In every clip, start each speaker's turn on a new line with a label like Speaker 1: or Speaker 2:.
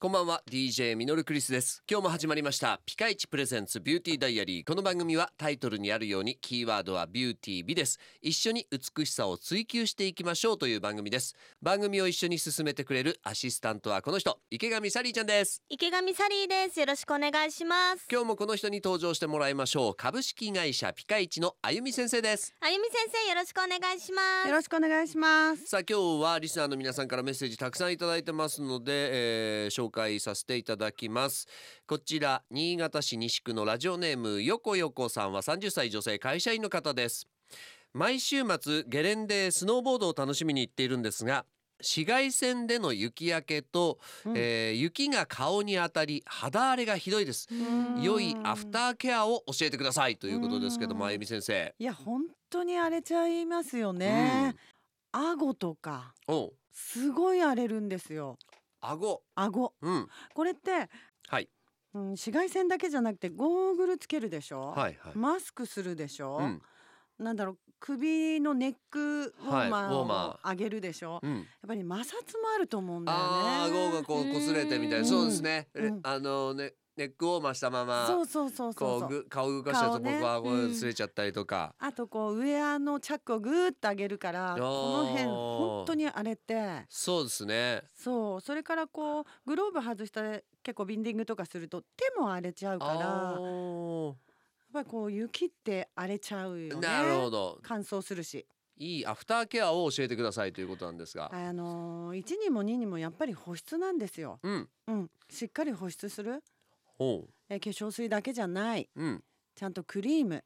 Speaker 1: こんばんは DJ ミノルクリスです今日も始まりましたピカイチプレゼンツビューティーダイアリーこの番組はタイトルにあるようにキーワードはビューティー美です一緒に美しさを追求していきましょうという番組です番組を一緒に進めてくれるアシスタントはこの人池上サリーちゃんです
Speaker 2: 池上サリーですよろしくお願いします
Speaker 1: 今日もこの人に登場してもらいましょう株式会社ピカイチのあゆみ先生です
Speaker 2: あゆみ先生よろしくお願いします
Speaker 3: よろしくお願いします。
Speaker 1: さあ今日はリスナーの皆さんからメッセージたくさんいただいてますので、えー紹介させていただきますこちら新潟市西区のラジオネームよこよこさんは30歳女性会社員の方です毎週末ゲレンデスノーボードを楽しみに行っているんですが紫外線での雪焼けと、
Speaker 3: うん
Speaker 1: えー雪が顔に当たり肌荒れがひどいです
Speaker 3: うん
Speaker 1: 良いアフターケアを教えてくださいということですけどもあゆみ先生
Speaker 3: いや本当に荒れちゃいますよね。顎とか
Speaker 1: おう
Speaker 3: すごい荒れるんですよ。
Speaker 1: 顎
Speaker 3: 顎
Speaker 1: うん
Speaker 3: これって、
Speaker 1: はい
Speaker 3: うん、紫外線だけじゃなくてゴーグルつけるでしょ。
Speaker 1: はいはい、
Speaker 3: マスクするでしょ。
Speaker 1: うん
Speaker 3: なんだろう首のネックウォーマ
Speaker 1: はいウォー
Speaker 3: ー
Speaker 1: マ
Speaker 3: を上げるでしょ。
Speaker 1: うん
Speaker 3: やっぱり摩擦もあると思うんだよね。
Speaker 1: ああ顎がこう擦れてみたいな
Speaker 3: うん
Speaker 1: そうですね、
Speaker 3: うん
Speaker 1: レあのねネックウォーマーしたまま
Speaker 3: そうそうそうそう
Speaker 1: こ
Speaker 3: そうう。
Speaker 1: ぐ顔動かしたと
Speaker 3: 顔ね
Speaker 1: 僕は顎が
Speaker 2: うん
Speaker 1: 擦れちゃったりとか、
Speaker 3: あとこうウェアのチャックをぐーっと上げるからこの辺
Speaker 1: あー
Speaker 3: 本当に荒れて
Speaker 1: そうですね
Speaker 3: そうそれからこうグローブ外したら結構ビンディングとかすると手も荒れちゃうから
Speaker 1: あ
Speaker 3: やっ
Speaker 1: ー
Speaker 3: ぱりこう雪って荒れちゃうよね
Speaker 1: なるほど
Speaker 3: 乾燥するし
Speaker 1: いいアフターケアを教えてくださいということなんですが、
Speaker 3: あのー、1にも2にもやっぱり保湿なんですよ、
Speaker 1: うん
Speaker 3: うん、しっかり保湿する
Speaker 1: ほ
Speaker 3: え化粧水だけじゃないう
Speaker 1: うん
Speaker 3: ちゃんとクリーム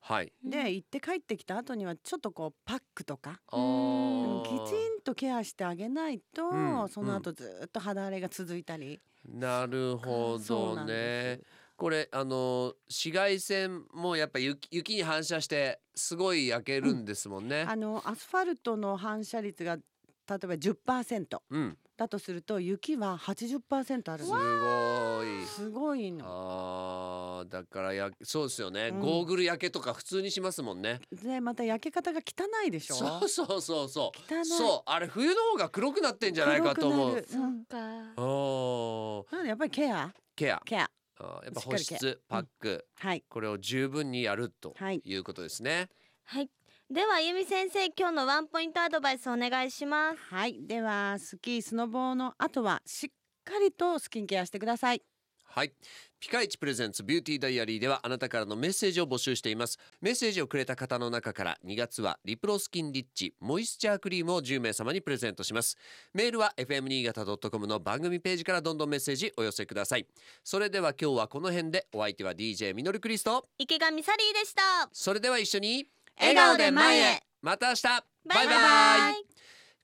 Speaker 1: はい
Speaker 3: で行って帰ってきた後にはちょっとこうパックとか
Speaker 1: あ
Speaker 3: う
Speaker 1: ー
Speaker 3: んきちんとケアしてあげないと、
Speaker 1: うん
Speaker 3: その後ずっと肌荒れが続いたり、
Speaker 1: なるほ
Speaker 3: そうな
Speaker 1: ど
Speaker 3: んで
Speaker 1: ねこれあの紫外線もやっぱ雪雪に反射してすごい焼けるんですもんね
Speaker 3: あのアスファルトの反射率が例えば10%
Speaker 1: うん、
Speaker 3: だとすると雪は80%ある
Speaker 1: す
Speaker 3: の
Speaker 1: ごい
Speaker 3: すごいの。
Speaker 1: あーだからやそうですよね、
Speaker 3: うん
Speaker 1: ゴーグル焼けとか普通にしますもんね
Speaker 3: でまた焼け方が汚いでしょ
Speaker 1: そうそうそうそ
Speaker 3: 汚
Speaker 1: う
Speaker 3: い
Speaker 1: そうあれ冬の方が黒くなってんじゃないかと思
Speaker 3: 黒
Speaker 1: う
Speaker 3: くなるん
Speaker 2: か
Speaker 1: おー
Speaker 3: なのでやっぱりケア
Speaker 1: ケア
Speaker 3: ケア
Speaker 1: あーやっぱ
Speaker 3: しっ
Speaker 1: 保
Speaker 3: かりケア
Speaker 1: 湿パック、
Speaker 3: はい
Speaker 1: これを十分にやると
Speaker 3: はい
Speaker 1: いうことですね、
Speaker 2: はいではあゆみ先生今日のワンポイントアドバイスお願いします
Speaker 3: はいではスキースノボーの後はしっかりとスキンケアしてください
Speaker 1: はいピカイチプレゼンツビューティーダイアリーではあなたからのメッセージを募集していますメッセージをくれた方の中から2月はリプロスキンリッチモイスチャークリームを10名様にプレゼントしますメールは fm 新潟 .com の番組ページからどんどんメッセージお寄せくださいそれでは今日はこの辺でお相手は DJ ミノルクリスト
Speaker 2: 池上サリーでした
Speaker 1: それでは一緒に
Speaker 2: 笑顔で前へ
Speaker 1: また明日
Speaker 2: バイバイ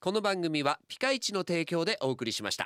Speaker 1: この番組はピカイチの提供でお送りしました